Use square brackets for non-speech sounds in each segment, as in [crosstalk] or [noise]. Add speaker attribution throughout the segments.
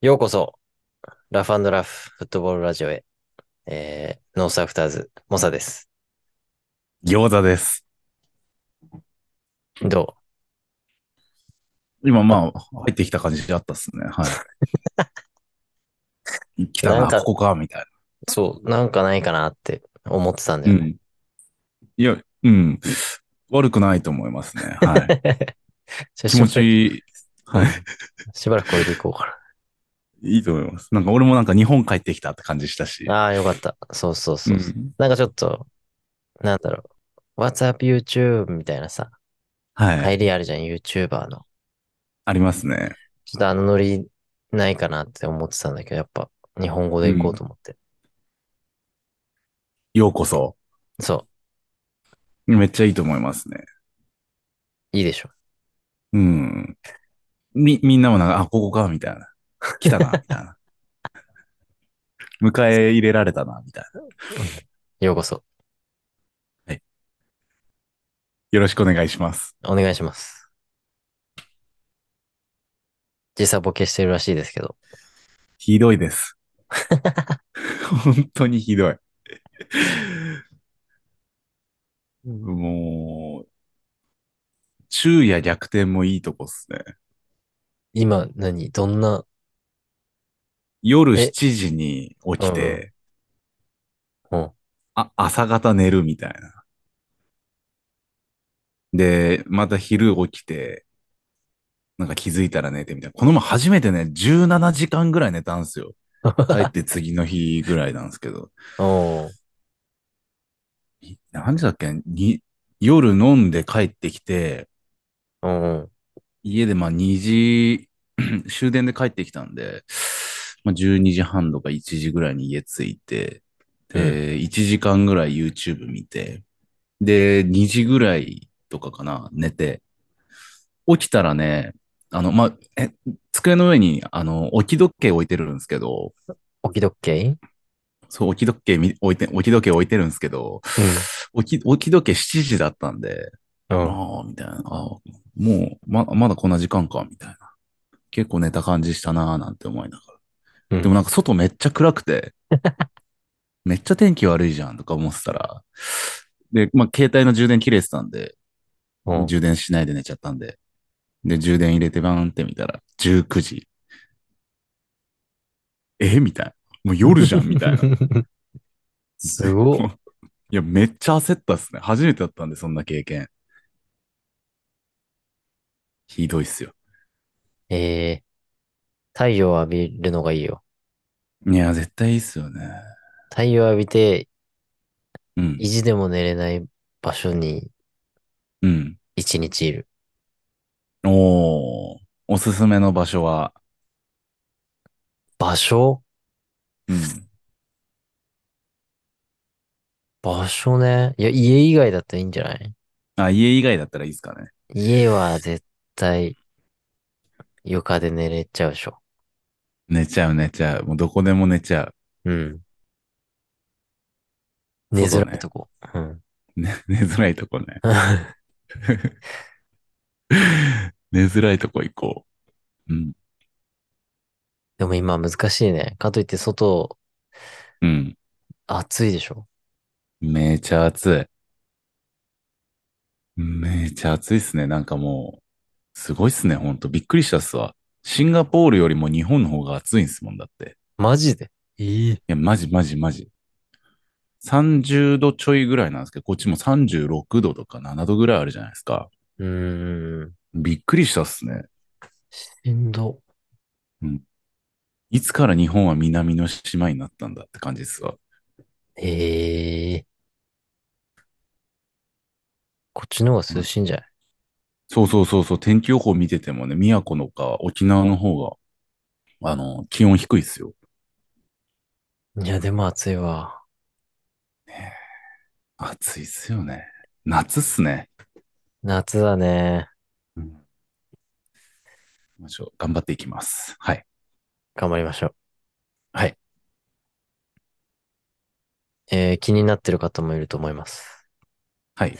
Speaker 1: ようこそ、ラフラフフットボールラジオへ、えー、ノースアフターズ、モサです。
Speaker 2: 餃子です。
Speaker 1: ど
Speaker 2: 今まあ、入ってきた感じだったっすね。はい。来た
Speaker 1: なん
Speaker 2: な、
Speaker 1: か
Speaker 2: ここか、みたいう
Speaker 1: そう、なんかないかなって思ってたんだ
Speaker 2: な。う
Speaker 1: よね。
Speaker 2: ん。いや、うん。悪くないと思いますね。はい。
Speaker 1: じゃ [laughs] あ
Speaker 2: 気持ちいい。はい。
Speaker 1: しばらくしばらくこれでいこうか
Speaker 2: いいと思います。なんか俺もなんか日本帰ってきたって感じしたし。
Speaker 1: な。ああー、よかった。そうそう
Speaker 2: う
Speaker 1: そう。
Speaker 2: ん、
Speaker 1: なんかちょっと、なんだろう。What's up YouTube みたいなさ、
Speaker 2: はい、
Speaker 1: 入りあるじゃん、YouTuber の。
Speaker 2: ありますね。
Speaker 1: ちょっとあのノリないかなって思ってたんだけど、やっぱ日本語でいこうと思って。
Speaker 2: ようこそ。
Speaker 1: そ
Speaker 2: めっちゃいいと思いますね。
Speaker 1: う、いいでしょ。
Speaker 2: うん。み、みんなもなんか、あ、ここか、みたいな。来たな、みたいな。迎え入れられたな、みたいな。
Speaker 1: ようこそ、
Speaker 2: よろしくお願いします。
Speaker 1: お願いします。時差ボケしてるらしいですけど。
Speaker 2: ひどいです。
Speaker 1: [laughs]
Speaker 2: 本当にひどい。もう、昼夜逆転もいいとこっすね。
Speaker 1: 今、何どんな、
Speaker 2: 夜
Speaker 1: え
Speaker 2: 7時に起きて、
Speaker 1: うん。
Speaker 2: あ、朝方寝るみたいな。で、また昼起きて、なんか気づいたら寝てみたいな。この前初めてね、17時間ぐらい寝た
Speaker 1: [laughs]
Speaker 2: んすよ。帰って次の日ぐらいなんですけど。
Speaker 1: おー
Speaker 2: い何時だっけに、夜飲んで帰ってきて、
Speaker 1: うんうん。
Speaker 2: 家でまあ2時、 [clears throat] 終電で帰ってきたんで、まあ12時半とか1時ぐらいに家着いて、で、1時間ぐらい YouTube 見て、で、2時ぐらいとかかな、寝て、起きたらね、あの、まあ、え、机の上に、あの、置き時計置いてるんですけど、
Speaker 1: オキドッケ
Speaker 2: そう、置き時計み置いて、置き時計置いてるんですけど、置き、置き時計7時だったんで、
Speaker 1: うん。うん。
Speaker 2: ああ、みたいな。ああ、もう、ま、まだこんな時間か、みたいな。結構寝た感じしたなーなんて思いながら。
Speaker 1: うん
Speaker 2: でもなんか外めっちゃ暗
Speaker 1: [laughs]
Speaker 2: くて、めっちゃ天気悪いじゃんとか思ってたら、で、まあ、携帯の充電切れてたんで、
Speaker 1: うん
Speaker 2: 充電しないで寝ちゃったんで、で、充電入れてバーンって見たら、19時。えみたいな。もう夜じゃん、みたいな。い。
Speaker 1: [laughs] すご
Speaker 2: [laughs]
Speaker 1: っ。
Speaker 2: や、めっちゃ焦ったっすね。初めてだったんで、そんな経験。ひどいっすよ。
Speaker 1: えー、太陽浴びるのがいいよ。
Speaker 2: いや、絶対いいっすよね。
Speaker 1: 太陽浴びて、
Speaker 2: うん
Speaker 1: 意。地でも寝れない場所に
Speaker 2: うん。
Speaker 1: 一日いる。
Speaker 2: おー。おすすめの場所は、
Speaker 1: 場所
Speaker 2: うん。
Speaker 1: 場所ね。いや、家以外だったらいいんじゃない
Speaker 2: あ、家以外だったらいいっすかね。
Speaker 1: 家は絶対、床で寝れちゃうでしょ。
Speaker 2: 寝ちゃう、寝ちゃう。もうどこでも寝ちゃう。 [laughs]
Speaker 1: うん。寝づ
Speaker 2: そう
Speaker 1: ら
Speaker 2: だ
Speaker 1: い
Speaker 2: ね
Speaker 1: とこ。うん。
Speaker 2: ね、寝づらいとこね。寝づらいとこ行こう。うん。
Speaker 1: [laughs] でも今難しいね。かといって外、
Speaker 2: うん。
Speaker 1: 暑いでしょ。
Speaker 2: めちゃ暑い。めちゃ暑いっすね。なんかもう、すごいっすね。ほんと。びっくりしたっすわ。シンガポールよりも日本の方が暑いんすもんだって。
Speaker 1: マジでいい。
Speaker 2: いや、マジマジマジ。30度ちょいぐらいなんですけど、こっちも36度とか7度ぐらいあるじゃないですか。
Speaker 1: うーん。
Speaker 2: びっくりしたっすね。
Speaker 1: しんど。
Speaker 2: いつから日本は南の島になったんだって感じっすわ。
Speaker 1: へえ。こっちの方が涼しいんじゃない
Speaker 2: そうそうそうそう、天気予報見ててもね、宮古のか沖縄の方が、あの、気温低いっすよ。
Speaker 1: いや、でも暑いわ。
Speaker 2: 暑いっすよね。夏っすね。
Speaker 1: 夏だね。
Speaker 2: うん。行きましょう。頑張っていきます。はい。
Speaker 1: 頑張りましょう。
Speaker 2: はい。
Speaker 1: えー、気になってる方もいると思います。
Speaker 2: はい。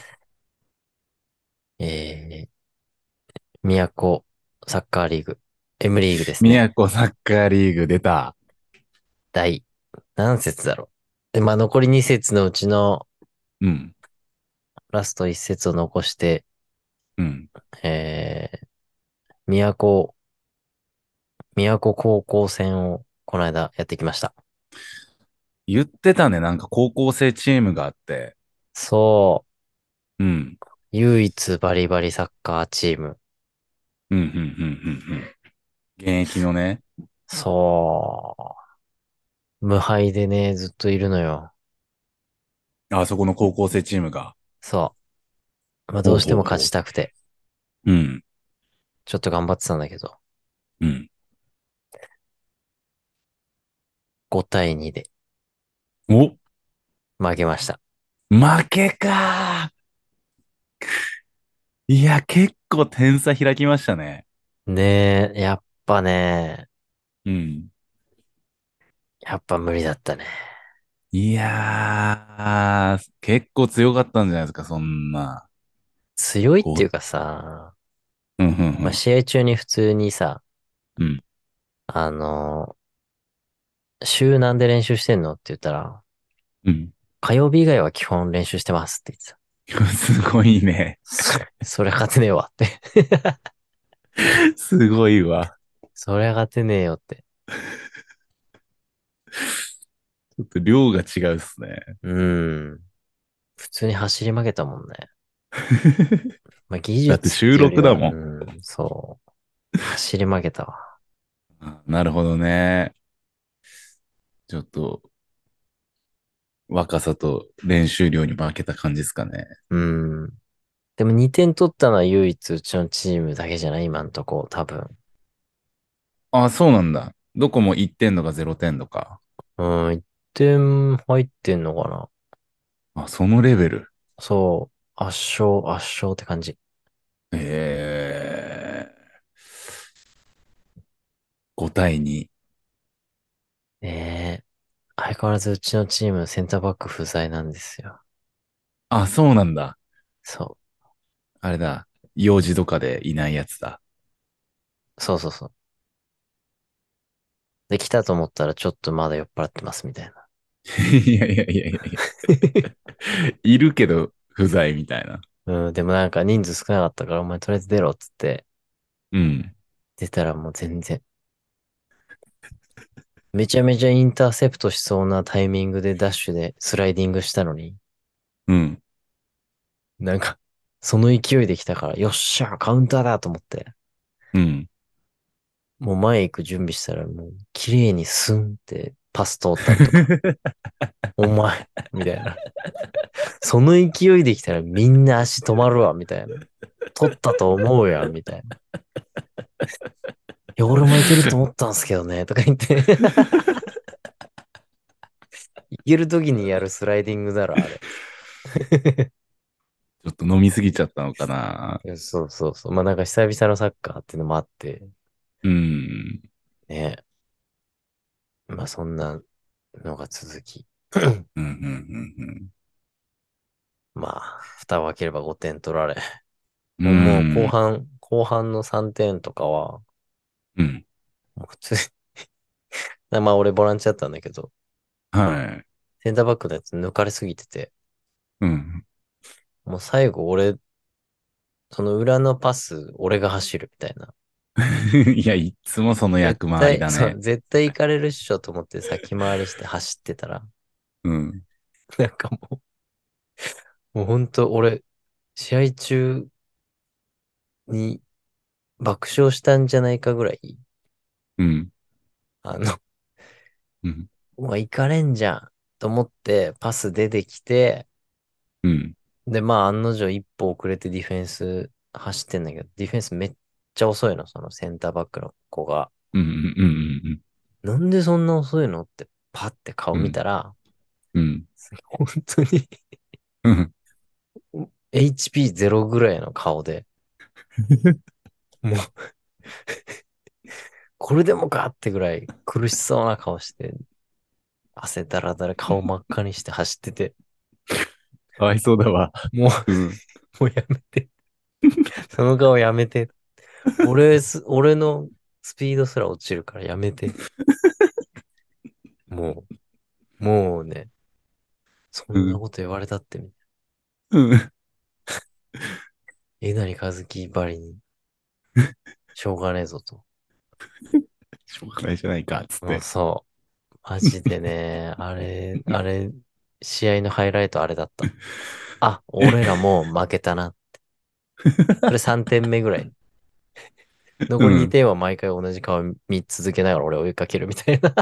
Speaker 1: えー、都サッカーリーグ M リーグですね。
Speaker 2: 宮古サッカーリーグ出た。
Speaker 1: 第何節だろう。で、まあ残り2節のうちの
Speaker 2: うん。
Speaker 1: ラスト1節を残して、
Speaker 2: うん。
Speaker 1: えー、宮古、宮古高校戦をこの間やってきました。
Speaker 2: 言ってたね。なんか高校生チームがあって。
Speaker 1: そ
Speaker 2: うん。
Speaker 1: う、唯一バリバリサッカーチーム。
Speaker 2: うん、うん、うん、うん、うん。現役のね。
Speaker 1: そう、無敗でね、ずっといるのよ。
Speaker 2: あそこの高校生チームが。
Speaker 1: そう。まあどうしても勝ちたくて、
Speaker 2: うん。
Speaker 1: ちょっと頑張ってたんだけど、
Speaker 2: うん。
Speaker 1: 5対2で
Speaker 2: お
Speaker 1: 負けました。
Speaker 2: 負けかいや、結構点差開きましたね。
Speaker 1: ねえ、やっぱね、
Speaker 2: うん。
Speaker 1: やっぱ無理だったね。
Speaker 2: いやー、結構強かったんじゃないですか、そんな。
Speaker 1: 強いっていうかさ、
Speaker 2: うん、うん、うん
Speaker 1: まあ、試合中に普通にさ、
Speaker 2: うん
Speaker 1: あの、週何で練習してんのって言ったら、
Speaker 2: うん。 [laughs]
Speaker 1: 火曜日以外は基本練習してますって
Speaker 2: すごいね。
Speaker 1: 言ってた。そ [laughs] そりゃ勝てねえわって。
Speaker 2: すごいわ。
Speaker 1: そりゃ勝てねえよって。
Speaker 2: ちょっと量が違うっす [laughs] ね。
Speaker 1: うん。普通に走り負けたもんね。まあ、技術
Speaker 2: だって収録だ
Speaker 1: っ
Speaker 2: もん
Speaker 1: ていうよりはうん、そう。走り負けたわ。
Speaker 2: あなるほどね。ちょっと、若さと練習量に負けた感じですかね。
Speaker 1: うん。でも2点取ったのは唯一うちのチームだけじゃない今んとこ、多分。
Speaker 2: あ、そうなんだ。どこも1点とか0点とか。
Speaker 1: うん、1点入ってんのかな。
Speaker 2: あ、そのレベル。
Speaker 1: そう。圧勝、圧勝って感じ。
Speaker 2: えー、5対2。
Speaker 1: ええ相変わらずうちのチームセンターバック不在なんですよ。
Speaker 2: あ、そうなんだ。
Speaker 1: そ
Speaker 2: あれだ。用事とかでいないやつだ。 [laughs]
Speaker 1: う。そうそうそう。で、来たと思ったらちょっとまだ酔っ払ってますみたい [laughs] な。
Speaker 2: いやいやいやいやいや。いるけど不在みたいな。
Speaker 1: うん、でもなんか人数少なかったから、お前とりあえず出ろっつって、
Speaker 2: うん。
Speaker 1: 出たらもう全然。めちゃめちゃインターセプトしそうなタイミングでダッシュでスライディングしたのに、
Speaker 2: うん。
Speaker 1: なんか、その勢いで来たから、よっしゃ、カウンターだと思って、
Speaker 2: うん。
Speaker 1: もう前行く準備したら、もう、綺麗にスンってパス通ったりとか、お前、みたいな。その勢いで来たらみんな足止まるわ、みたいな。取ったと思うやん、みたいな。いや、俺もいけると思ったんすけどね、とか言って。いけるときにやるスライディングだろ、あれ。
Speaker 2: ちょっと飲みすぎちゃったのかない
Speaker 1: やそうそうそう。まあなんか久々のサッカーっていうのもあって、
Speaker 2: うん。
Speaker 1: ね。まあそんなのが続き。
Speaker 2: うん、うん、うん
Speaker 1: まあ、蓋を開ければ5点取られ。
Speaker 2: うん。
Speaker 1: もう
Speaker 2: うん
Speaker 1: もう後。半、後半の3点とかは、
Speaker 2: うん。
Speaker 1: もう普 [laughs] 通にまあ俺ボランチだったんだけど、
Speaker 2: はい。
Speaker 1: センターバックのやつ抜かれすぎてて、
Speaker 2: うん。 [laughs]
Speaker 1: もう最後俺、その裏のパス、俺が走るみたいな。
Speaker 2: いや、いつもその役回りだ
Speaker 1: 絶対
Speaker 2: ね
Speaker 1: そう。絶対行かれるっしょと思って先回りして走ってたら、 [laughs]
Speaker 2: うん。
Speaker 1: なんかもう、もうほんと俺、試合中に爆笑したんじゃないかぐらい、
Speaker 2: うん。
Speaker 1: あの、
Speaker 2: うん。
Speaker 1: もう行かれんじゃんと思って、パス出てきて、
Speaker 2: うん。
Speaker 1: で、まあ案の定一歩遅れてディフェンス走ってんだけど、ディフェンスめっちゃ遅いの、そのセンターバックの子が。
Speaker 2: うん。うん。うん。
Speaker 1: なんでそんな遅いのって、パッて顔見たら、
Speaker 2: うん。
Speaker 1: 本当に
Speaker 2: うん。
Speaker 1: HP0 ぐらいの顔で、もう、これでもかってぐらい苦しそうな顔して、汗だらだら顔真っ赤にして走ってて、
Speaker 2: [laughs] かわいそうだわ。
Speaker 1: もう
Speaker 2: うん。
Speaker 1: [laughs] もうやめて。その顔やめて。俺す、俺のスピードすら落ちるからやめて。もう、もうね、そんなこと言われたって、
Speaker 2: うん。
Speaker 1: えなりかずきばりに、しょうがねえぞと。
Speaker 2: しょうがないじゃないか、つっ
Speaker 1: も
Speaker 2: て
Speaker 1: う。そう。マジでね、あれ、あれ、試合のハイライトあれだった。あ、俺らもう負けたなって。それ3点目ぐらい。残り2点は毎回同じ顔見続けながら俺を追いかけるみたいな。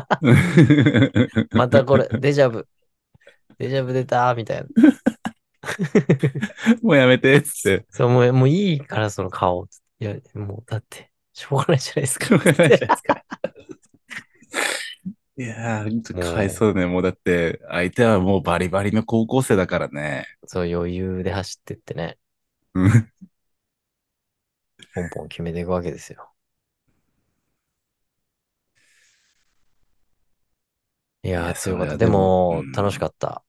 Speaker 2: [laughs]
Speaker 1: またこれ、デジャブ。デジャブ出たーみたいな。
Speaker 2: もうやめて、つって。
Speaker 1: そう、もう、もういいからその顔。いや、もうだって、しょうがないじゃないです
Speaker 2: し [laughs]
Speaker 1: か
Speaker 2: ょう。がないじゃないですか。いやー、かわいそうね。もうだって、相手はもうバリバリの高校生だからね。
Speaker 1: そう、余裕で走ってってね、
Speaker 2: うん
Speaker 1: ポンポン決めていくわけですよ。い
Speaker 2: い
Speaker 1: や
Speaker 2: や
Speaker 1: ー、強かった。
Speaker 2: それは
Speaker 1: で
Speaker 2: でも
Speaker 1: も
Speaker 2: うん、
Speaker 1: 楽しかった。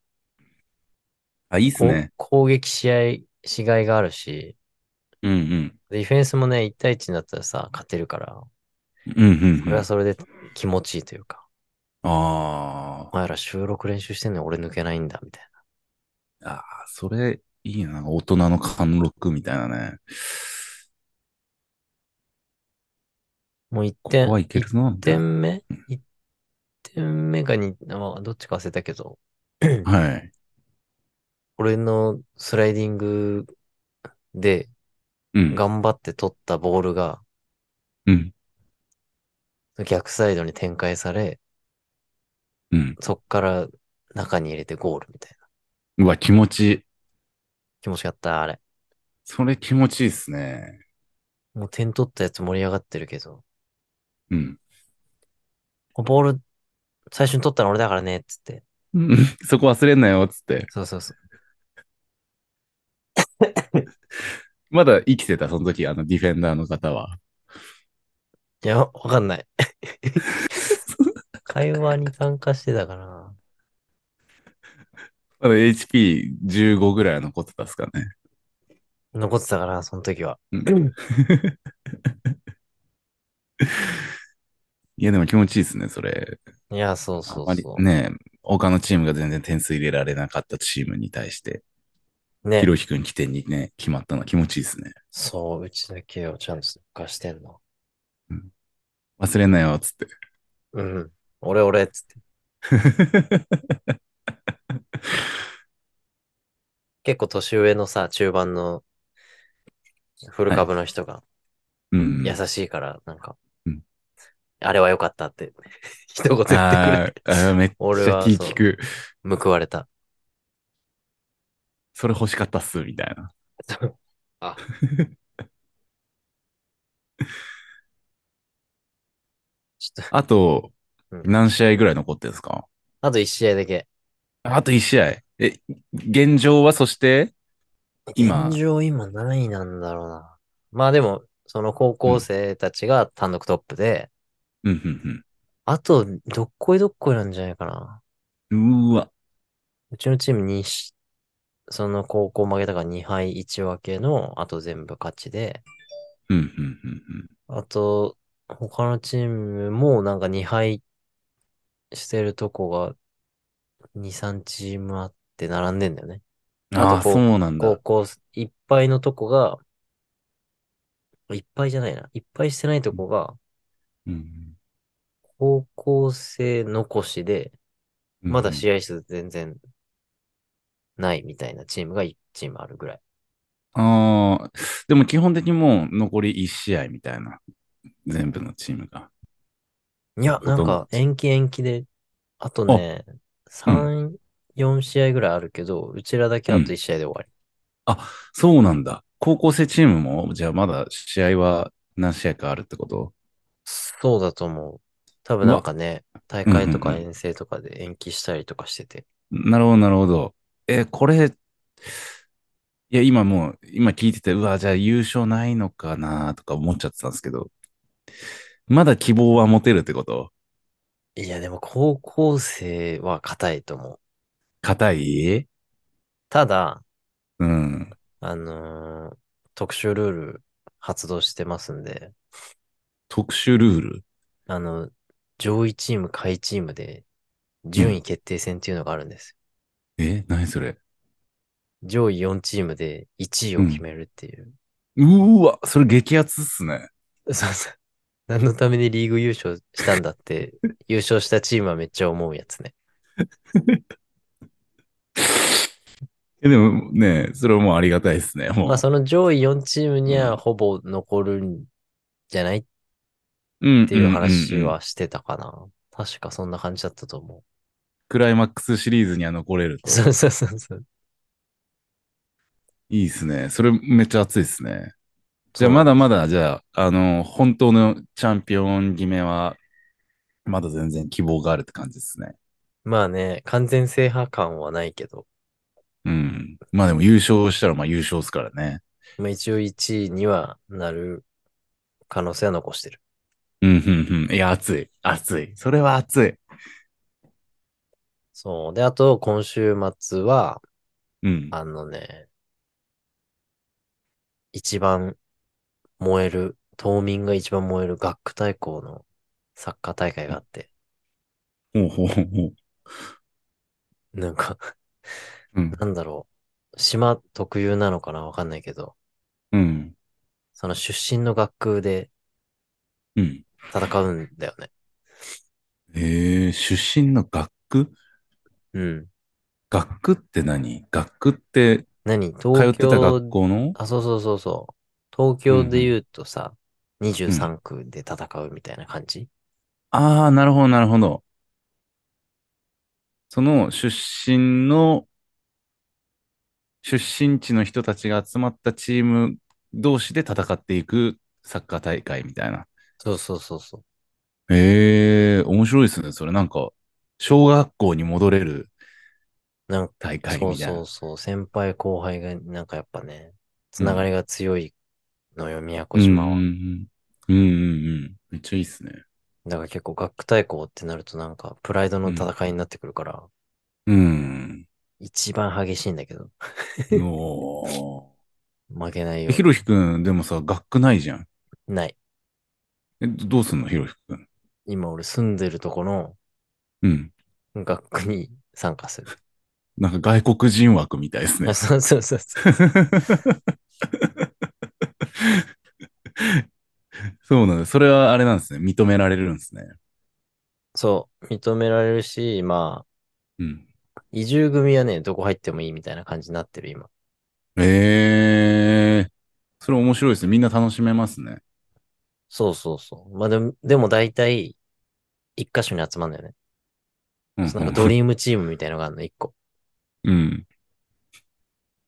Speaker 2: [laughs] あ、いいっすね。
Speaker 1: こ攻撃試合、しがいがあるし、
Speaker 2: うんうん。
Speaker 1: ディフェンスもね、1対1になったらさ、勝てるから、
Speaker 2: うんうん
Speaker 1: そ、
Speaker 2: う
Speaker 1: れ
Speaker 2: ん。
Speaker 1: は
Speaker 2: あ
Speaker 1: それで気持ちいいというか、
Speaker 2: あ
Speaker 1: お前ら収録練習してんのに俺抜けないんだ、みたいな。
Speaker 2: ー。あーそれ、いいな。大人の貫禄みたいなね。
Speaker 1: もう1
Speaker 2: こ
Speaker 1: 点、
Speaker 2: こはいけるな、
Speaker 1: 1
Speaker 2: みたいな。
Speaker 1: 点目
Speaker 2: うん
Speaker 1: ?1 点目かに、まあ、どっちか忘れたけど、
Speaker 2: はい。
Speaker 1: 俺のスライディングで
Speaker 2: うん。
Speaker 1: 頑張って取ったボールが
Speaker 2: うん。
Speaker 1: 逆サイドに展開され、
Speaker 2: うん。
Speaker 1: そっから中に入れてゴールみたいな。
Speaker 2: うわ、気持ちいい。
Speaker 1: 気持ちよかった、あれ。
Speaker 2: それ気持ちいいっすね。
Speaker 1: もう点取ったやつ盛り上がってるけど、
Speaker 2: うん。 [laughs]
Speaker 1: ボール最初に取ったの俺だからね、つって。
Speaker 2: うんそこ忘れんなよ、つって。
Speaker 1: そうそうそう。
Speaker 2: まだ生きてた、その時、あの、ディフェンダーの方は。
Speaker 1: いや、わかん
Speaker 2: [laughs]
Speaker 1: ない。会話に参加してたから。
Speaker 2: まだ HP15 ぐらい残ってたっすかね。
Speaker 1: 残ってたから、その時は。
Speaker 2: うんいや、でも気持ちいいですね、それ。
Speaker 1: いや、そう
Speaker 2: あん
Speaker 1: そ
Speaker 2: ま
Speaker 1: う
Speaker 2: り
Speaker 1: そう。
Speaker 2: ね、他のチームが全然点数入れられなかったチームに対して、
Speaker 1: ね
Speaker 2: ひろひくん起点にね、決まったのは気持ちいいですね。
Speaker 1: そう、うちだけをちゃんと参加してんの。
Speaker 2: 忘れんなよ、つって。 [laughs]
Speaker 1: うん。俺俺っつって。結構年上のさ、中盤の古株の人が
Speaker 2: うん。
Speaker 1: 優しいから、なんか、
Speaker 2: うん
Speaker 1: あれは良かったって [laughs] 一言言ってく
Speaker 2: あ
Speaker 1: れて
Speaker 2: ーあー、めっち
Speaker 1: 俺
Speaker 2: ゃ
Speaker 1: は
Speaker 2: 気
Speaker 1: そう
Speaker 2: 利く。
Speaker 1: 報われた。
Speaker 2: それ欲しかったっす、みたい
Speaker 1: あ、
Speaker 2: な。
Speaker 1: [laughs]
Speaker 2: [laughs]
Speaker 1: ちょっと、
Speaker 2: あと、
Speaker 1: うん
Speaker 2: 何試合ぐらい残ってるんですか
Speaker 1: あと1試合だけ。
Speaker 2: あと1試合。え、現状はそして、今
Speaker 1: 現状今何位なんだろうな。まあでも、その高校生たちが単独トップで、
Speaker 2: うん、うん、
Speaker 1: あと、どっこいどっこいなんじゃないかな。
Speaker 2: うん。うーわ。
Speaker 1: うちのチームにし、その高校負けたから2敗1分けの、あと全部勝ちで、
Speaker 2: うん、うん、うん、うん。
Speaker 1: あと、他のチームもなんか2敗してるとこが2、3チームあって並んでんだよね。
Speaker 2: あ
Speaker 1: あ
Speaker 2: あ、
Speaker 1: とこう
Speaker 2: そうなん
Speaker 1: 高
Speaker 2: だ。
Speaker 1: 校いっぱいのとこが、いっぱいじゃないな。いっぱいしてないとこが、
Speaker 2: うん
Speaker 1: 高校生残しで、まだ試合数全然ないみたいなチームが1チームあるぐらい。
Speaker 2: ああ、でも基本的にもう残り1試合みたいな、全部のチームが。
Speaker 1: いや、
Speaker 2: ほと
Speaker 1: なん
Speaker 2: ど
Speaker 1: か延期延期で、あとね、3、4試合ぐらいあるけど、うちらだけあと1試合で終わり。
Speaker 2: そうなんだ。高校生チームも、じゃあまだ試合は何試合かあるってこと
Speaker 1: そうだと思う。多分なんかね、大会とか遠征とかで延期したりとかしてて。
Speaker 2: なるほど、なるほど。え、これ、いや、今もう、今聞いてて、うわ、じゃあ優勝ないのかなとか思っちゃってたんですけど、まだ希望は持てるってこと
Speaker 1: いや、でも高校生は硬いと思う。
Speaker 2: 硬い
Speaker 1: ただ、
Speaker 2: うん。
Speaker 1: あのー特殊ルール発動してますんで、
Speaker 2: 特殊ルール
Speaker 1: あの、上位チーム、下位チームで、順位決定戦っていうのがあるんです
Speaker 2: え何それ
Speaker 1: よ。上位4チームで1位を決めるっていう。
Speaker 2: うーわ、それ激アツっすね。
Speaker 1: そうそう。何のためにリーグ優勝したんだって、優勝したチームはめっちゃ思うやつね。
Speaker 2: えでもね、それはもうありがたいですね。もう
Speaker 1: まあ、その上位4チームに
Speaker 2: う
Speaker 1: は
Speaker 2: ん
Speaker 1: ほぼ残るんじゃないっ
Speaker 2: うん
Speaker 1: ていう話
Speaker 2: んんん
Speaker 1: はしてたかな。確かそんな感じだったと思
Speaker 2: クライマックスシリーズには残れる
Speaker 1: う。
Speaker 2: [laughs] と。
Speaker 1: そうそうそうそう。
Speaker 2: いいですね。それめっちゃ熱いですね。じゃあまだまだ、じゃあ、あの、本当のチャンピオン決めは、まだ全然希望があるって感じですね。
Speaker 1: まあね、完全制覇感はないけど、
Speaker 2: うん。まあでも優勝したらまあ優勝ですからね。
Speaker 1: まあ、一応1位にはなる可能性は残してる。
Speaker 2: うん、うん、うん。いや、熱い。熱い。それは熱い。
Speaker 1: そう。で、あと、今週末は、
Speaker 2: うん。
Speaker 1: あのね、一番燃える、島民が一番燃える学区対抗のサッカー大会があって、
Speaker 2: ほうほうほうほう。
Speaker 1: なんか、
Speaker 2: うん。
Speaker 1: なんだろう、島特有なのかなわかんないけど、
Speaker 2: うん。
Speaker 1: その出身の学区で
Speaker 2: うん。
Speaker 1: 戦うんだよね。
Speaker 2: えー、出身の学区
Speaker 1: うん。
Speaker 2: 学区って何学区って
Speaker 1: 何
Speaker 2: 通
Speaker 1: 東
Speaker 2: ってた学
Speaker 1: 京、
Speaker 2: 校の
Speaker 1: あ、そうそうそうそう。東京で言うとさ、23区で戦うみたいな感じ、
Speaker 2: ああ、なるほど、なるほど。その出身の、出身地の人たちが集まったチーム同士で戦っていくサッカー大会みたいな。
Speaker 1: そうそうそうそう。
Speaker 2: ええ面白いですね。それなんか、小学校に戻れる
Speaker 1: なんか、
Speaker 2: 大会
Speaker 1: そう
Speaker 2: みたい
Speaker 1: そ
Speaker 2: な
Speaker 1: う。そう。先輩後輩が、なんかやっぱね、つながりが強いのよ、宮古島は。
Speaker 2: うん、うん、うん、うんうん。めっちゃいいですね。
Speaker 1: だから結構学区対抗ってなるとなんか、プライドの戦いになってくるから、
Speaker 2: [laughs] うん。
Speaker 1: 一番激しいんだけど、
Speaker 2: お
Speaker 1: 負けないよ
Speaker 2: ー。ひろひくん、でもさ、学区ないじゃん。
Speaker 1: うに。ない。
Speaker 2: え、どうすんのひろひくん。
Speaker 1: 今俺住んでるとこの
Speaker 2: うん。
Speaker 1: 学区に参加する。
Speaker 2: なんか外国人枠みたいですね
Speaker 1: あ。そうそうそうそう。
Speaker 2: [laughs] そうなんです。それはあれなんですね。認められるんですね。
Speaker 1: そう。認められるし、ま
Speaker 2: うん。
Speaker 1: あ、移住組はね、どこ入ってもいいみたいな感じになってる、今。
Speaker 2: ええそれ面白いですね。みんな楽しめますね。
Speaker 1: そうそうそう。まあでも、でも大体、一箇所に集まるんだよね。
Speaker 2: うん
Speaker 1: なんかドリームチームみたいのがあるの、一個。
Speaker 2: うん。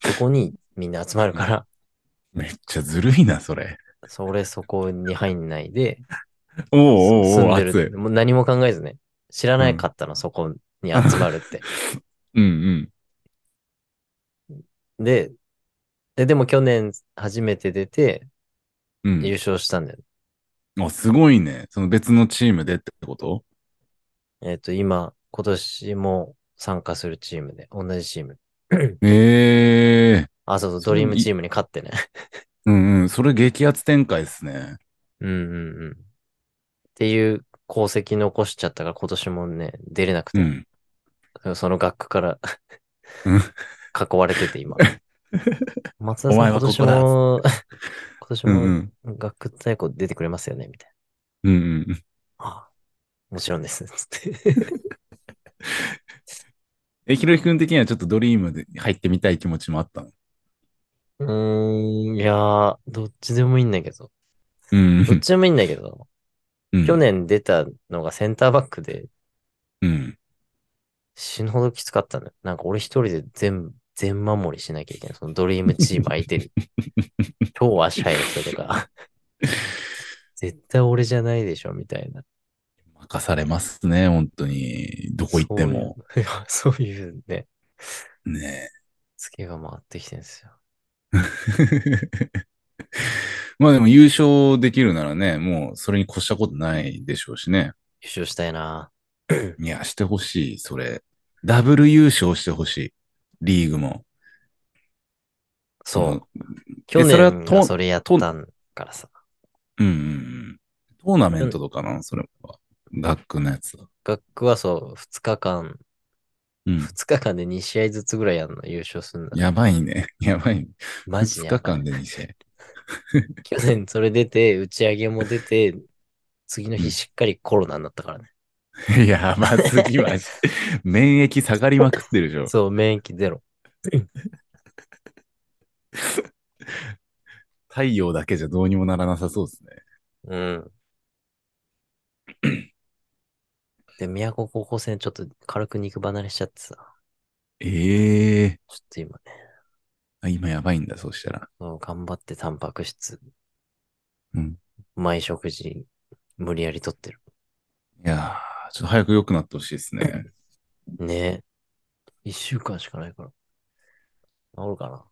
Speaker 1: そこにみんな集まる
Speaker 2: [laughs]
Speaker 1: から、
Speaker 2: めっちゃずるいな、それ。
Speaker 1: それそこに入んないで、
Speaker 2: おうおうお
Speaker 1: 住
Speaker 2: お
Speaker 1: ん
Speaker 2: う、
Speaker 1: で
Speaker 2: 熱
Speaker 1: る。もう何も考えずね。知らないかったの、そこに集まるって。
Speaker 2: い。うん
Speaker 1: で、で、でも去年初めて出て
Speaker 2: うん。
Speaker 1: 優勝したんだよね。
Speaker 2: うん。あ、すごいね。その別のチームでってこと
Speaker 1: えっと、今、今年も参加するチームで、同じチーム。
Speaker 2: ええ
Speaker 1: あ、そうそう、
Speaker 2: そ
Speaker 1: ド
Speaker 2: う
Speaker 1: リームチームに勝
Speaker 2: [laughs]
Speaker 1: ってね。
Speaker 2: うんうん。それ激アツ展開ですね。
Speaker 1: うんうんうん。っていう功績残しちゃったから今年もね、出れなくて、
Speaker 2: うん。
Speaker 1: その学区から
Speaker 2: うん
Speaker 1: 囲われてて
Speaker 2: [laughs]
Speaker 1: 今。松田さ
Speaker 2: お
Speaker 1: ん
Speaker 2: 前
Speaker 1: 今
Speaker 2: はこ
Speaker 1: 年
Speaker 2: こだ [laughs]
Speaker 1: も、今年
Speaker 2: うんう
Speaker 1: も
Speaker 2: ん。
Speaker 1: 学区対抗出てくれますよねみたい
Speaker 2: うんうん。
Speaker 1: な。あもちろんです。つって。
Speaker 2: え、ひろひくん的にはちょっとドリームで入ってみたい気持ちもあったの
Speaker 1: うーん、いやー、どっちでもいいんだけど。
Speaker 2: うん
Speaker 1: どっちでもいいんだけど、
Speaker 2: うん
Speaker 1: 去。年出たのがセンターバックで
Speaker 2: うん。
Speaker 1: 死ぬほどきつかったのよ。なんか俺一人で全、全守りしなきゃいけない。そのドリームチーム相手
Speaker 2: [laughs]
Speaker 1: に。超足早い人とか。絶対俺じゃないでしょ、みたいな。
Speaker 2: 任されますね、本当に。どこ行っても。
Speaker 1: そう [laughs] いう。そういうね、
Speaker 2: ね [laughs]
Speaker 1: ツケが回ってきてるんですよ。
Speaker 2: えまあでも優勝できるならね、もうそれに越したことないでしょうしね。
Speaker 1: 優勝したいな。
Speaker 2: いや、してほしい、それ。ダブル優勝してほしい。リーグも。
Speaker 1: そう。
Speaker 2: そ
Speaker 1: 去
Speaker 2: の。えそれは
Speaker 1: 年
Speaker 2: と
Speaker 1: がそれやったんからさ。
Speaker 2: うんうんうん。トーナメントとかな、それは。学区のやつは。
Speaker 1: 学区はそう、2日間、
Speaker 2: うん。
Speaker 1: 2日間で2試合ずつぐらいやんの、優勝すんの。
Speaker 2: やばいね。やばいね。
Speaker 1: マジ
Speaker 2: 2
Speaker 1: やば
Speaker 2: 日
Speaker 1: い
Speaker 2: 間で2試合。
Speaker 1: 去年それ出て、打ち上げも出て、次の日しっかりコロナになったからね。
Speaker 2: [laughs] やばすぎまし。免疫下がりまくってる [laughs] でしょ。
Speaker 1: そう、免疫ゼロ。
Speaker 2: 太陽だけじゃどうにもならなさそうですね。 [clears throat]
Speaker 1: うん。で、宮古高校戦ちょっと軽く肉離れしちゃってさ、
Speaker 2: ええ
Speaker 1: ちょっと今ね、
Speaker 2: あ今やばいんだ、そうしたら。
Speaker 1: そう頑張ってタンパク質、
Speaker 2: うん。
Speaker 1: 毎食事、無理やり取ってる。
Speaker 2: いやー、ちょっと早く良くなってほしいです [laughs] ね。
Speaker 1: ねえ。一週間しかないから。治るかな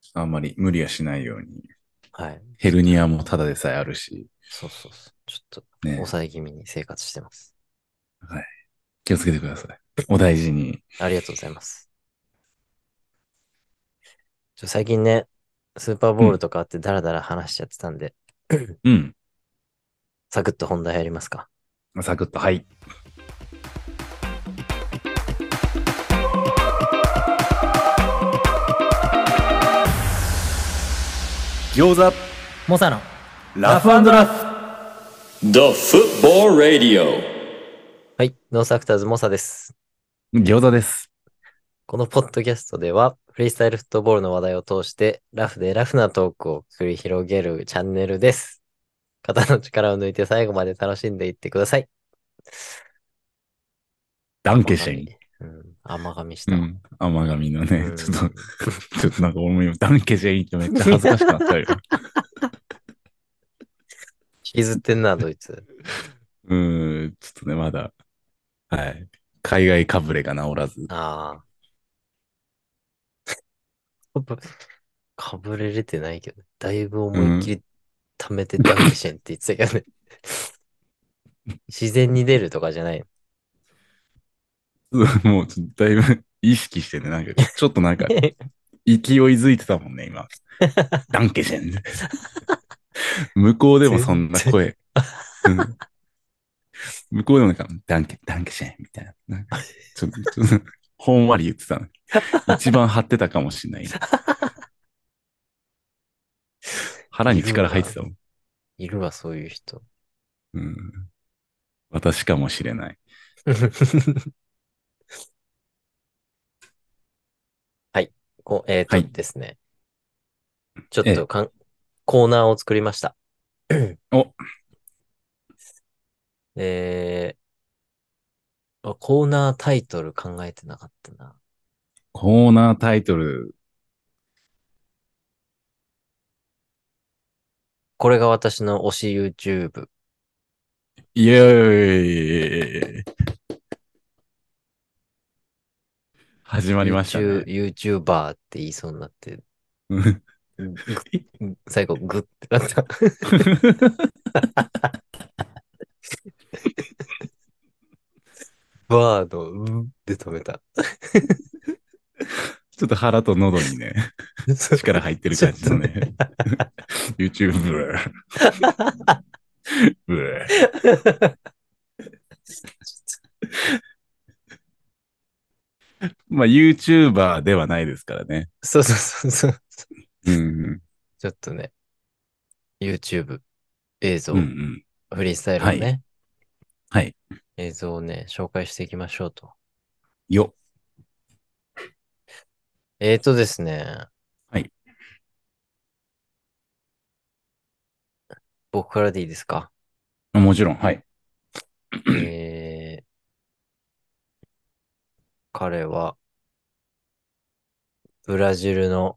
Speaker 2: ちょっとあんまり無理はしないように。
Speaker 1: はい。
Speaker 2: ヘルニアもただでさえあるし。
Speaker 1: そうそうそう。ちょっと、
Speaker 2: ね。
Speaker 1: 抑え気味に生活してます。
Speaker 2: 気をつけてください。お大事に。
Speaker 1: ありがとうございます。ちょ最近ね、スーパーボールとかあってダラダラ話しちゃってたんで、
Speaker 2: うん。
Speaker 1: サクッと本題やりますか。
Speaker 2: サクッと、はい。餃子
Speaker 1: モサの
Speaker 2: ラフラフ
Speaker 3: The Football Radio.
Speaker 1: はい、ノースアクターズモサです。
Speaker 2: 餃子です。
Speaker 1: このポッドキャストでは、フリースタイルフットボールの話題を通して、ラフでラフなトークを繰り広げるチャンネルです。肩の力を抜いて最後まで楽しんでいってください。
Speaker 2: ダンケシェン。
Speaker 1: うん、甘噛みし
Speaker 2: う
Speaker 1: た。
Speaker 2: ん。甘神のね
Speaker 1: う、ん
Speaker 2: ちょっと、ち [laughs] ょっとなんか俺も今、ダンケシェンってめっちゃ恥ずかしくなったよ。
Speaker 1: 引きずってんな、ドイツ。
Speaker 2: うん、ちょっとね、まだ、はい。海外かぶれが治らず。 [laughs]
Speaker 1: [laughs] ああ。かぶれれてないけど、だいぶ思いっきり溜めてダンケシェンって言ってたけ [laughs] どね。自然に出るとかじゃない。
Speaker 2: もう、ちょっとだいぶ意識してね、なんか、ちょっとなんか、勢いづいてたもんね、今。ダンケシェン。向こうでもそんな声。うん向こうでもなんか、ダンケ、ダンケシェンみたいな。なんかちょっと、ちょっと、ほんわり言ってたの。一番張ってたかもしれない。腹に力入ってたもん。
Speaker 1: [laughs] いるわ、そういう人。
Speaker 2: うん、私かもしれない。
Speaker 1: はい。こうえっ、と
Speaker 2: はい
Speaker 1: ですね。ちょ
Speaker 2: え
Speaker 1: っ
Speaker 2: え
Speaker 1: とかんコーナーを作りました。
Speaker 2: お
Speaker 1: えー、あコーナータイトル考えてなかったな。
Speaker 2: コーナータイトル。
Speaker 1: これが私の推し YouTube。
Speaker 2: イエーイ始まりましたね。
Speaker 1: YouTube YouTuber って言いそうになって、
Speaker 2: うん
Speaker 1: ぐ最後グッてなった。バーの、うんで止めた。
Speaker 2: ちょっと腹と喉にね、 [laughs] 力入ってる感じのね。YouTuber。うえまあ YouTuber ではないですからね。
Speaker 1: そうそうそうそう。
Speaker 2: うん
Speaker 1: ちょっとね、YouTube 映像、
Speaker 2: うん。うんうん。
Speaker 1: フリースタイルのね、
Speaker 2: はい。
Speaker 1: 映像をね、紹介していきましょうと。
Speaker 2: よ。
Speaker 1: えーとですね。
Speaker 2: はい。
Speaker 1: 僕からでいいですか
Speaker 2: もちろん、はい。
Speaker 1: えー、彼は、ブラジルの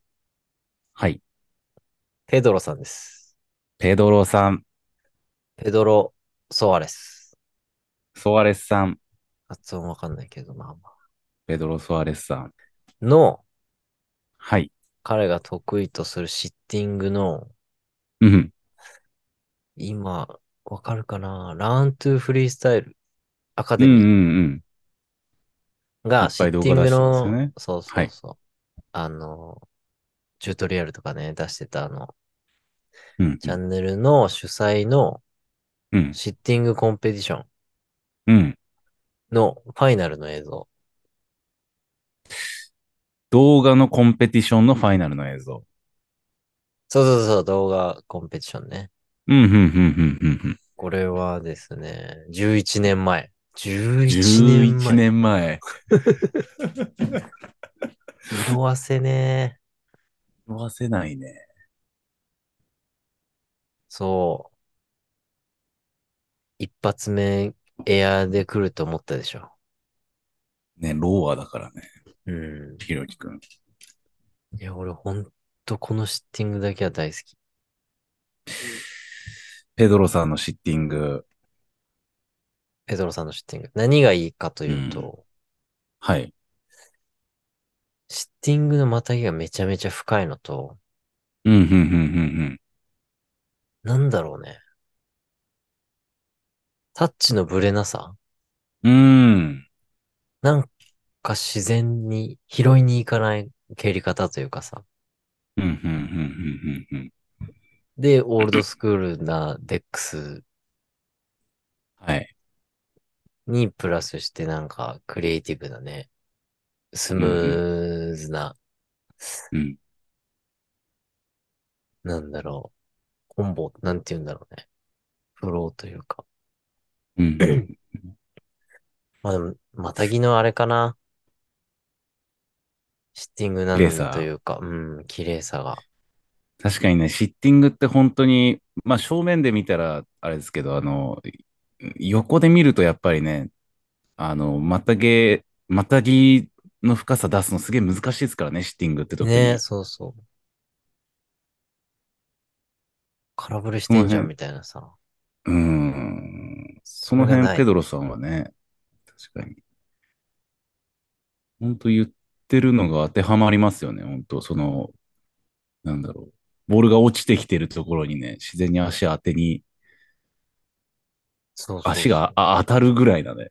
Speaker 2: はい。
Speaker 1: ペドロさんです。
Speaker 2: ペドロさん、
Speaker 1: ペドロ・ソアレス。
Speaker 2: ソアレスさん、
Speaker 1: 発音わかんないけど、まあまあ。
Speaker 2: ペドロ・ソアレスさん。
Speaker 1: の、
Speaker 2: はい。
Speaker 1: 彼が得意とするシッティングの、
Speaker 2: うん。
Speaker 1: 今、わかるかなラントゥフリースタイルアカ
Speaker 2: う
Speaker 1: デ
Speaker 2: ん
Speaker 1: ミ
Speaker 2: う
Speaker 1: ー
Speaker 2: んうん。い
Speaker 1: が、
Speaker 2: っ
Speaker 1: シ
Speaker 2: ぱい
Speaker 1: ッ
Speaker 2: 動
Speaker 1: ティン
Speaker 2: 画
Speaker 1: グ
Speaker 2: 出してますよ
Speaker 1: の、
Speaker 2: ね
Speaker 1: そうそうそう、あの、チュートリアルとかね、出してたあの、
Speaker 2: うん。
Speaker 1: チャンネルの主催の
Speaker 2: うん。
Speaker 1: シッティングコンペティション
Speaker 2: うん。
Speaker 1: のファイナルの映像。
Speaker 2: 動画のコンペティションのファイナルの映像。
Speaker 1: そうそうそう、動画コンペティションね。
Speaker 2: うん、うん、うん、うん、うんうん。
Speaker 1: これはですね、11年前。11年前。
Speaker 2: 11年前。
Speaker 1: 色あせね
Speaker 2: 忘せないね。
Speaker 1: そう。一発目、エアーで来ると思ったでしょ。
Speaker 2: ね、ローアだからね。
Speaker 1: うん。
Speaker 2: ひろきくん。
Speaker 1: いや、俺ほんとこのシッティングだけは大好き。
Speaker 2: ペドロさんのシッティング。
Speaker 1: ペドロさんのシッティング。何がいいかというと、
Speaker 2: はい。
Speaker 1: シッティングのまたぎがめちゃめちゃ深いのと、
Speaker 2: うん、うん、うん、うん、
Speaker 1: なんだろうね。タッチのブレなさ
Speaker 2: うん。うん。
Speaker 1: なんか自然に拾いに行かない蹴り方というかさ。
Speaker 2: うん、うん、うん、うん、うん。うん
Speaker 1: で、オールドスクールなデックス
Speaker 2: はい。
Speaker 1: にプラスしてなんかクリエイティブなね、スムーズな、
Speaker 2: うん。
Speaker 1: なんだろう、コンボ、なんて言うんだろうね。フローというか。
Speaker 2: うん。
Speaker 1: まあでも、またぎのあれかな。シッティングな
Speaker 2: 綺麗さ
Speaker 1: のというか、うん、綺麗さが。
Speaker 2: 確かにね、シッティングって本当に、まあ正面で見たらあれですけど、あの、横で見るとやっぱりね、あの、またげ、またぎの深さ出すのすげえ難しいですからね、シッティングって特に。
Speaker 1: ねそうそう。空振りしてんじゃん
Speaker 2: この辺
Speaker 1: みたいなさ。
Speaker 2: うん。そ
Speaker 1: れ
Speaker 2: の
Speaker 1: がない
Speaker 2: 辺、ペドロさんはね、確かに。本当言ってるのが当てはまりますよね、本当その、なんだろう。ボールが落ちてきてるところにね、自然に足当てに、
Speaker 1: そうそうそう
Speaker 2: 足があ当たるぐらいだね。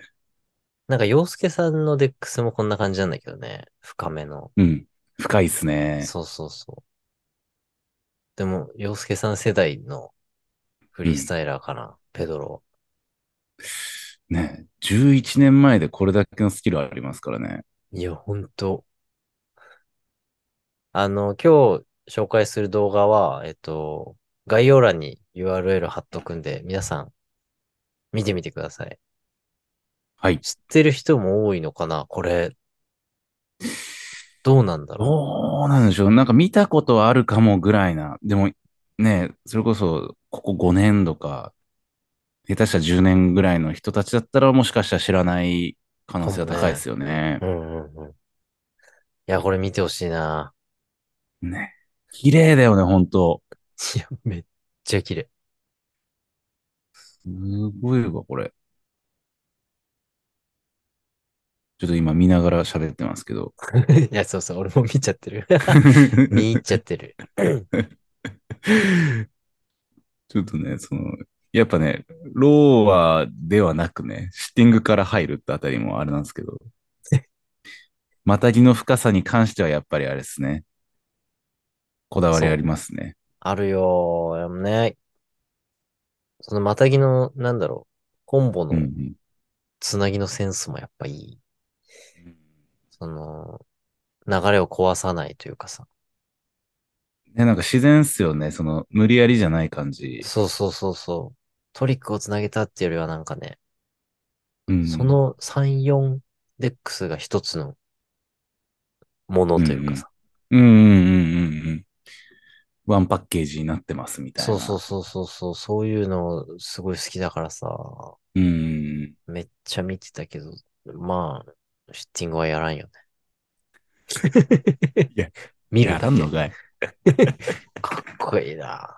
Speaker 1: なんか、洋介さんのデックスもこんな感じなんだけどね。深めの。
Speaker 2: うん。深いっすね。
Speaker 1: そうそうそう。でも、洋介さん世代のフリースタイラーかな、ペドロ。
Speaker 2: ね。11年前でこれだけのスキルありますからね。
Speaker 1: いや、ほんと。あの、今日紹介する動画は、えっと、概要欄に URL 貼っとくんで、皆さん、見てみてください。
Speaker 2: はい。
Speaker 1: 知ってる人も多いのかなこれ。どうなんだろ
Speaker 2: どうなんでしょう。なんか見たことはあるかもぐらいな。でもね、それこそここ5年とか、下手したら10年ぐらいの人たちだったらもしかしたら知らない可能性が高いですよね
Speaker 1: う。。うんうんうん。いや、これ見てほしいな。
Speaker 2: ね。綺麗だよね、本当
Speaker 1: いや、めっちゃ綺 [laughs] 麗。
Speaker 2: すごいわ、これ。ちょっと今見ながら喋ってますけど。
Speaker 1: いや、そうそう、俺も見ちゃって [laughs] る。見入っちゃってる。
Speaker 2: [laughs] ちょっとね、その、やっぱね、ローアではなくね、シッティングから入るってあたりもあれなんです
Speaker 1: [laughs]
Speaker 2: けど、またぎの深さに関してはやっぱりあれですね、こだわりありますね。
Speaker 1: あるよー、でもね。そのまたぎの、なんだろう、コンボ
Speaker 2: うんう
Speaker 1: の
Speaker 2: ん
Speaker 1: つなぎのセンスもやっぱいい。その、流れを壊さないというかさ。
Speaker 2: ね、なんか自然っすよね、その、無理やりじゃない感じ。
Speaker 1: そうそうそうそう。トリックをつなげたっていうよりはなんかね、
Speaker 2: うん
Speaker 1: そ、の3、4デックスが一つのものというかさ。
Speaker 2: うんうんうんうんうん。ワンパッケージになってますみたいな。
Speaker 1: そうそうそうそうそう、そういうのすごい好きだからさ。
Speaker 2: うんうんうん。
Speaker 1: めっちゃ見てたけど、まあ、シッティングはやらんよね。 [laughs]
Speaker 2: いや、
Speaker 1: 見る
Speaker 2: や
Speaker 1: だけ
Speaker 2: らんのかい。
Speaker 1: かっこいいな。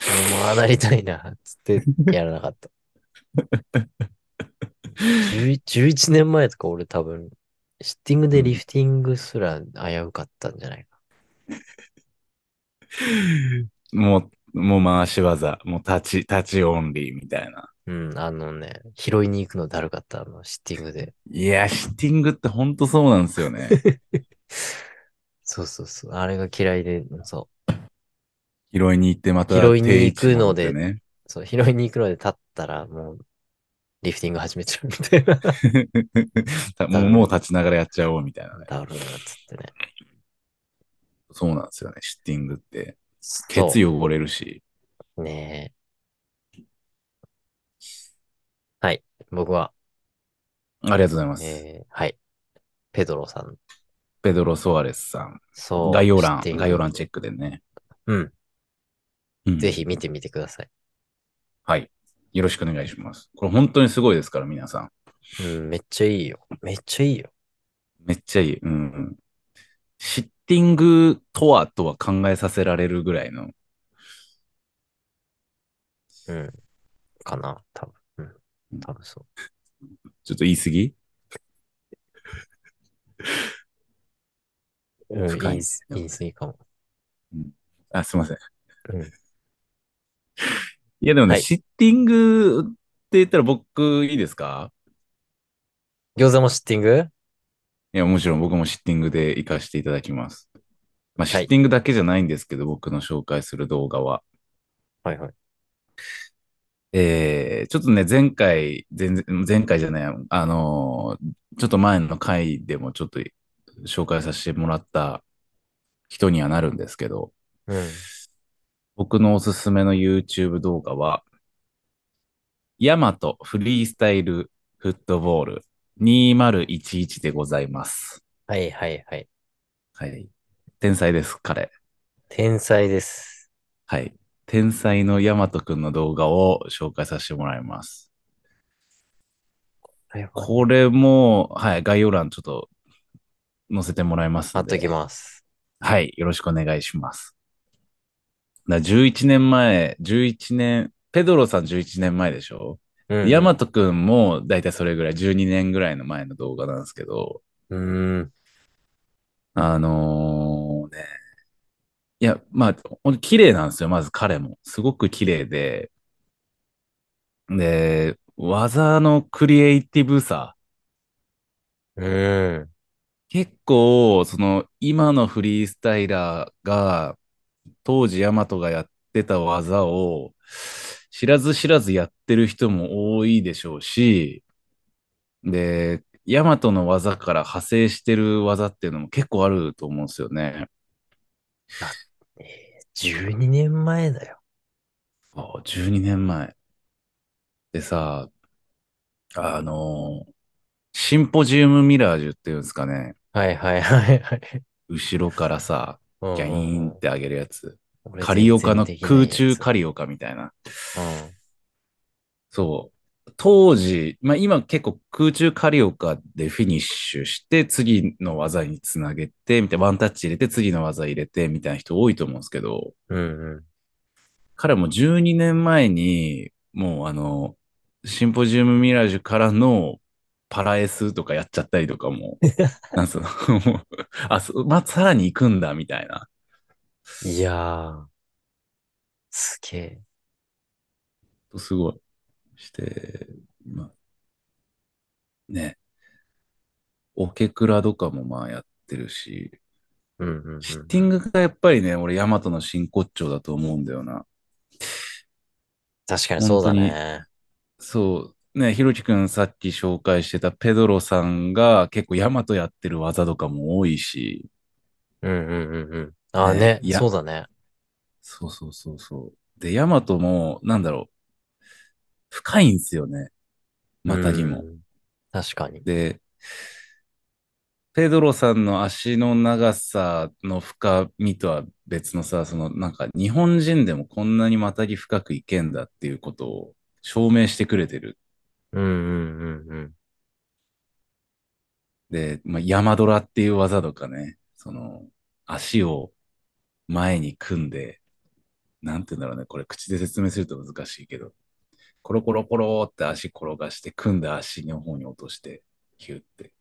Speaker 1: 俺もああなりたいな、つってやらなか [laughs] った。11, 11年前とか俺多分、シッティングでリフティングすら危うかったんじゃないか。
Speaker 2: もう、もう回し技、もう立ち、立ちオンリーみたいな。
Speaker 1: うん、あのね、拾いに行くのだるかった、あの、シッティングで。
Speaker 2: いや、シッティングってほんとそうなんです
Speaker 1: [laughs]
Speaker 2: よね。
Speaker 1: そうそうそう、あれが嫌いで、そう。
Speaker 2: 拾いに行ってまた
Speaker 1: 拾いに行くので
Speaker 2: 定位置戻ってね。
Speaker 1: [laughs] そう、拾いに行くので立ったら、もう、リフティング始めちゃうみた
Speaker 2: [laughs]
Speaker 1: いな。
Speaker 2: もうもう立ちながらやっちゃおうみたいなね。
Speaker 1: ダウルなっつってね。
Speaker 2: そうなんですよね、シッティングって。ケ
Speaker 1: そう
Speaker 2: ツ汚れるし。
Speaker 1: ねえ。はい。僕は、
Speaker 2: ありがとうございます。
Speaker 1: えー、はい。ペドロさん。
Speaker 2: ペドロ・ソアレスさん。
Speaker 1: そう。
Speaker 2: 概要欄、
Speaker 1: 知っている
Speaker 2: 概要欄チェックでね。
Speaker 1: うん。
Speaker 2: うん
Speaker 1: ぜ。ひ見てみてください。
Speaker 2: はい。よろしくお願いします。これ本当にすごいですから、皆さん。
Speaker 1: うん、めっちゃいいよ。めっちゃいいよ。
Speaker 2: めっちゃいい。うんうん。シッティングとはとは考えさせられるぐらいの。
Speaker 1: うん。かな。多分。う。
Speaker 2: うんん
Speaker 1: 多分そう。
Speaker 2: ちょっと言い過ぎ
Speaker 1: うん、
Speaker 2: 深
Speaker 1: い
Speaker 2: いね
Speaker 1: いす、いいすぎかも。
Speaker 2: あ、すいません。
Speaker 1: うん
Speaker 2: いや、でもね、
Speaker 1: はい
Speaker 2: シッティングって言ったら僕いいですか
Speaker 1: 餃子もシッティング
Speaker 2: いや、もちろん僕もシッティングで行かせていただきます。まあ、シ
Speaker 1: はい
Speaker 2: ッティングだけじゃないんですけど、僕の紹介する動画は。
Speaker 1: はいはい。
Speaker 2: えー、ちょっとね、前回、前前回じゃない、あのーちょっと前の回でもちょっと紹介させてもらった人にはなるんですけど、
Speaker 1: うん。
Speaker 2: 僕のおすすめの YouTube 動画は、ヤマトフリースタイルフットボール2011でございます。
Speaker 1: はいはいはい。
Speaker 2: はい。天才です、彼。
Speaker 1: 天才です。
Speaker 2: はい。天才のヤマトくんの動画を紹介させてもらいま
Speaker 1: は
Speaker 2: す。
Speaker 1: いはい
Speaker 2: これも、はい、概要欄ちょっと載せてもらいます
Speaker 1: 待っとき
Speaker 2: す。
Speaker 1: ます。
Speaker 2: はい、よろしくお願いします。だ11年前、11年、ペドロさん11年前でしょ
Speaker 1: うん。
Speaker 2: ヤマトくんもだいたいそれぐらい、12年ぐらいの前の動画なんですけど、
Speaker 1: うん。
Speaker 2: あのーね、いや、まあ、ほんと綺麗なんですよ、まず彼も。すごく綺麗で、で、技のクリエイティブさ、
Speaker 1: うん。
Speaker 2: 結構、その、今のフリースタイラーが、当時ヤマトがやってた技を、知らず知らずやってる人も多いでしょうし、で、ヤマトの技から派生してる技っていうのも結構あると思うんですよね。
Speaker 1: えー、12年前だよ。
Speaker 2: あ12年前。でさ、あの、シンポジウムミラージュっていうんですかね。
Speaker 1: はいはいはいはい。
Speaker 2: 後ろからさ、
Speaker 1: うんうんうん
Speaker 2: ギャイーンって上げるやつ。
Speaker 1: 俺
Speaker 2: カリオカの
Speaker 1: 全然できないや
Speaker 2: 空
Speaker 1: つ
Speaker 2: 中カリオカみたいな。
Speaker 1: うん。
Speaker 2: そう。当時、まあ今結構空中カリオカでフィニッシュして、次の技につなげて、みたいな、ワンタッチ入れて、次の技入れて、みたいな人多いと思うんですけど、
Speaker 1: うんうん。
Speaker 2: 彼も12年前に、もうあの、シンポジウムミラージュからのパラエスとかやっちゃったりとか
Speaker 1: [laughs]
Speaker 2: も、なんすの、もう、あ、そまあ、さらに行くんだ、みたいな。
Speaker 1: いやー。すげえ。
Speaker 2: すごい。して、まあ、ね。オケクラとかもまあやってるし、
Speaker 1: うんうん、うん。
Speaker 2: シッティングがやっぱりね、俺、ヤマトの真骨頂だと思うんだよな。
Speaker 1: 確かにそうだね。
Speaker 2: そう。ね、ひろきくんさっき紹介してたペドロさんが結構ヤマトやってる技とかも多いし、
Speaker 1: うんうんうんうん。ああね
Speaker 2: ね、いや
Speaker 1: そうだね。
Speaker 2: そうそうそうそう。で、ヤマトも、なんだろう、深いんすよね。またぎも
Speaker 1: う。ん。確かに。
Speaker 2: で、ペドロさんの足の長さの深みとは別のさ、そのなんか日本人でもこんなにまたぎ深くいけんだっていうことを証明してくれてる。
Speaker 1: うんうんうんうん。
Speaker 2: で、まあ、山ドラっていう技とかね、その足を前に組んで、なんて言うんだろうね、これ口で説明すると難しいけど、コロコロコロって足転がして、組んだ足の方に落として、ヒュって。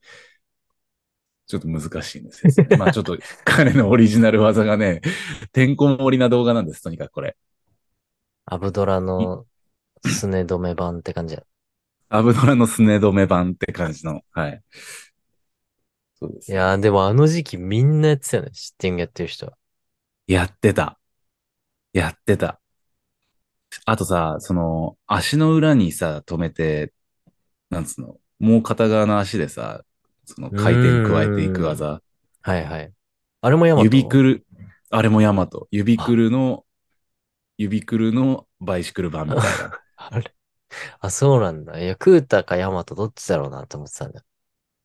Speaker 2: ちょっと難しいんですよ、まあちょっと彼のオリジナル技がね、てんこ盛りな動画なんです、とにかくこれ。
Speaker 1: アブドラのすね止め版って感じだ。
Speaker 2: アブドラのすね止め版って感じの。はい。そうで
Speaker 1: い
Speaker 2: す。
Speaker 1: やー、でもあの時期みんなやってたよね。シッティングやってる人は。
Speaker 2: やってた。やってた。あとさ、その、足の裏にさ、止めて、なんつうの、もう片側の足でさ、その回転加えていく技。
Speaker 1: はいはい。あれもヤマト
Speaker 2: 指くる、あれもヤマト。指くるの、指くるのバイシクル版みたいな。
Speaker 1: あれあ、そうなんだ。いや、クータかヤマトどっちだろうなって思ってたんだよ。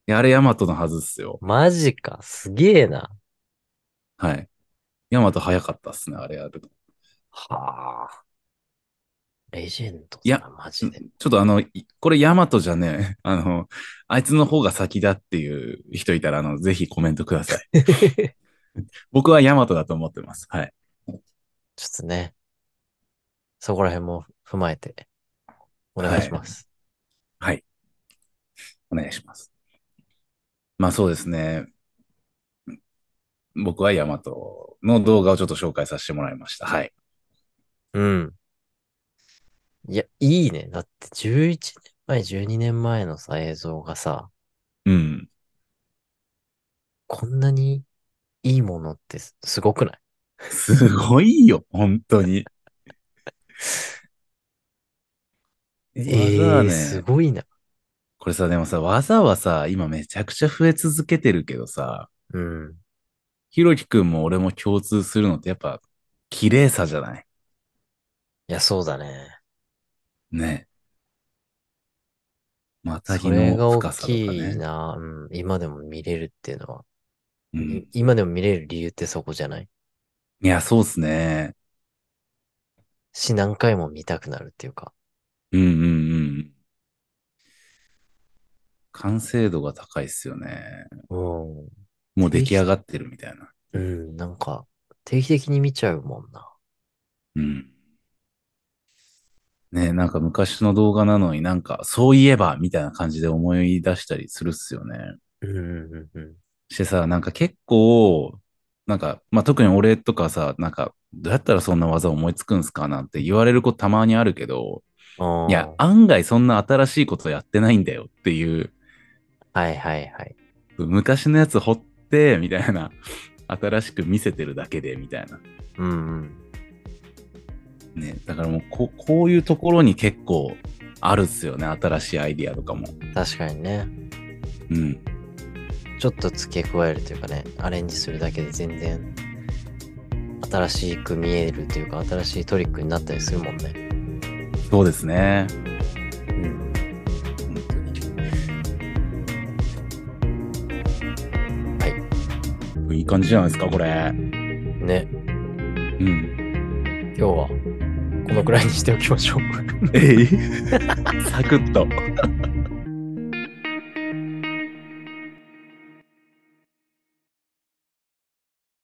Speaker 2: いやあれヤマトのはずっすよ。
Speaker 1: マジか。すげえな。
Speaker 2: はい。ヤマト早かったっすね、あれやるの。
Speaker 1: はあ。レジェンド
Speaker 2: い
Speaker 1: だ
Speaker 2: や
Speaker 1: な、マジで。
Speaker 2: ちょっとあの、いこれヤマトじゃねえ。あの、あいつの方が先だっていう人いたら、あの、ぜひコメントくださ
Speaker 1: [laughs]
Speaker 2: い。
Speaker 1: ちょ
Speaker 2: 僕はヤマトだと思ってます。はい。
Speaker 1: っとね、そこら辺も踏まえて、お願いします。
Speaker 2: はい。お願いします。まあそうですね。僕はヤマトの動画をちょっと紹介させてもらいました。はい。
Speaker 1: うん。いや、いいね。だって11年前、12年前のさ、映像がさ、
Speaker 2: うん。
Speaker 1: こんなにいいものってすすごくない
Speaker 2: すごいよ、本当に。
Speaker 1: [laughs] ええ
Speaker 2: 技は
Speaker 1: ー、
Speaker 2: ね
Speaker 1: すごいな。
Speaker 2: これさ、でもさ、技はさ、今めちゃくちゃ増え続けてるけどさ、
Speaker 1: うん。
Speaker 2: ひろきくんも俺も共通するのってやっぱ、綺麗さじゃない
Speaker 1: いや、そうだね。
Speaker 2: ね。また
Speaker 1: そ
Speaker 2: 日
Speaker 1: れが
Speaker 2: の
Speaker 1: 大
Speaker 2: 深さとか
Speaker 1: きい
Speaker 2: ね。
Speaker 1: な、うん。今でも見れるっていうのは、
Speaker 2: うん、
Speaker 1: い
Speaker 2: い
Speaker 1: 今でも見れる理由ってそこじゃない
Speaker 2: や、そうっすね。
Speaker 1: し、何回も見たくなるっていうか。
Speaker 2: うんうんうん。完成度が高いっすよね。
Speaker 1: うん。
Speaker 2: もう出来上がってるみたいな。
Speaker 1: うん、なんか、定期的に見ちゃうもんな。
Speaker 2: うん。ねなんか昔の動画なのになんか、そういえばみたいな感じで思い出したりするっすよね。
Speaker 1: うんうんうん
Speaker 2: してさ、なんか結構、なんか、まあ、特に俺とかさ、なんか、どうやったらそんな技思いつくんすかなんて言われることたまにあるけど、
Speaker 1: うん。
Speaker 2: いや、案外そんな新しいことやってないんだよっていう、
Speaker 1: あーはいはいはい。
Speaker 2: 昔のやつ掘って、みたいな、新しく見せてるだけで、みたいな。
Speaker 1: うんうん。
Speaker 2: ね、だからもうこ、こういうところに結構あるっすよね、新しいアイディアとかも。
Speaker 1: 確かにね。
Speaker 2: うん。
Speaker 1: ちょっと付け加えるというかね、アレンジするだけで全然、新しく見えるというか、新しいトリックになったりするもんね。
Speaker 2: そうですね。
Speaker 1: うん。
Speaker 2: 本当に。はい。いい感じじゃないですか、これ。
Speaker 1: ね、
Speaker 2: うん。
Speaker 1: 今
Speaker 2: [laughs]
Speaker 1: 日は、このくらいにしておきましょう。
Speaker 2: えいサクッと。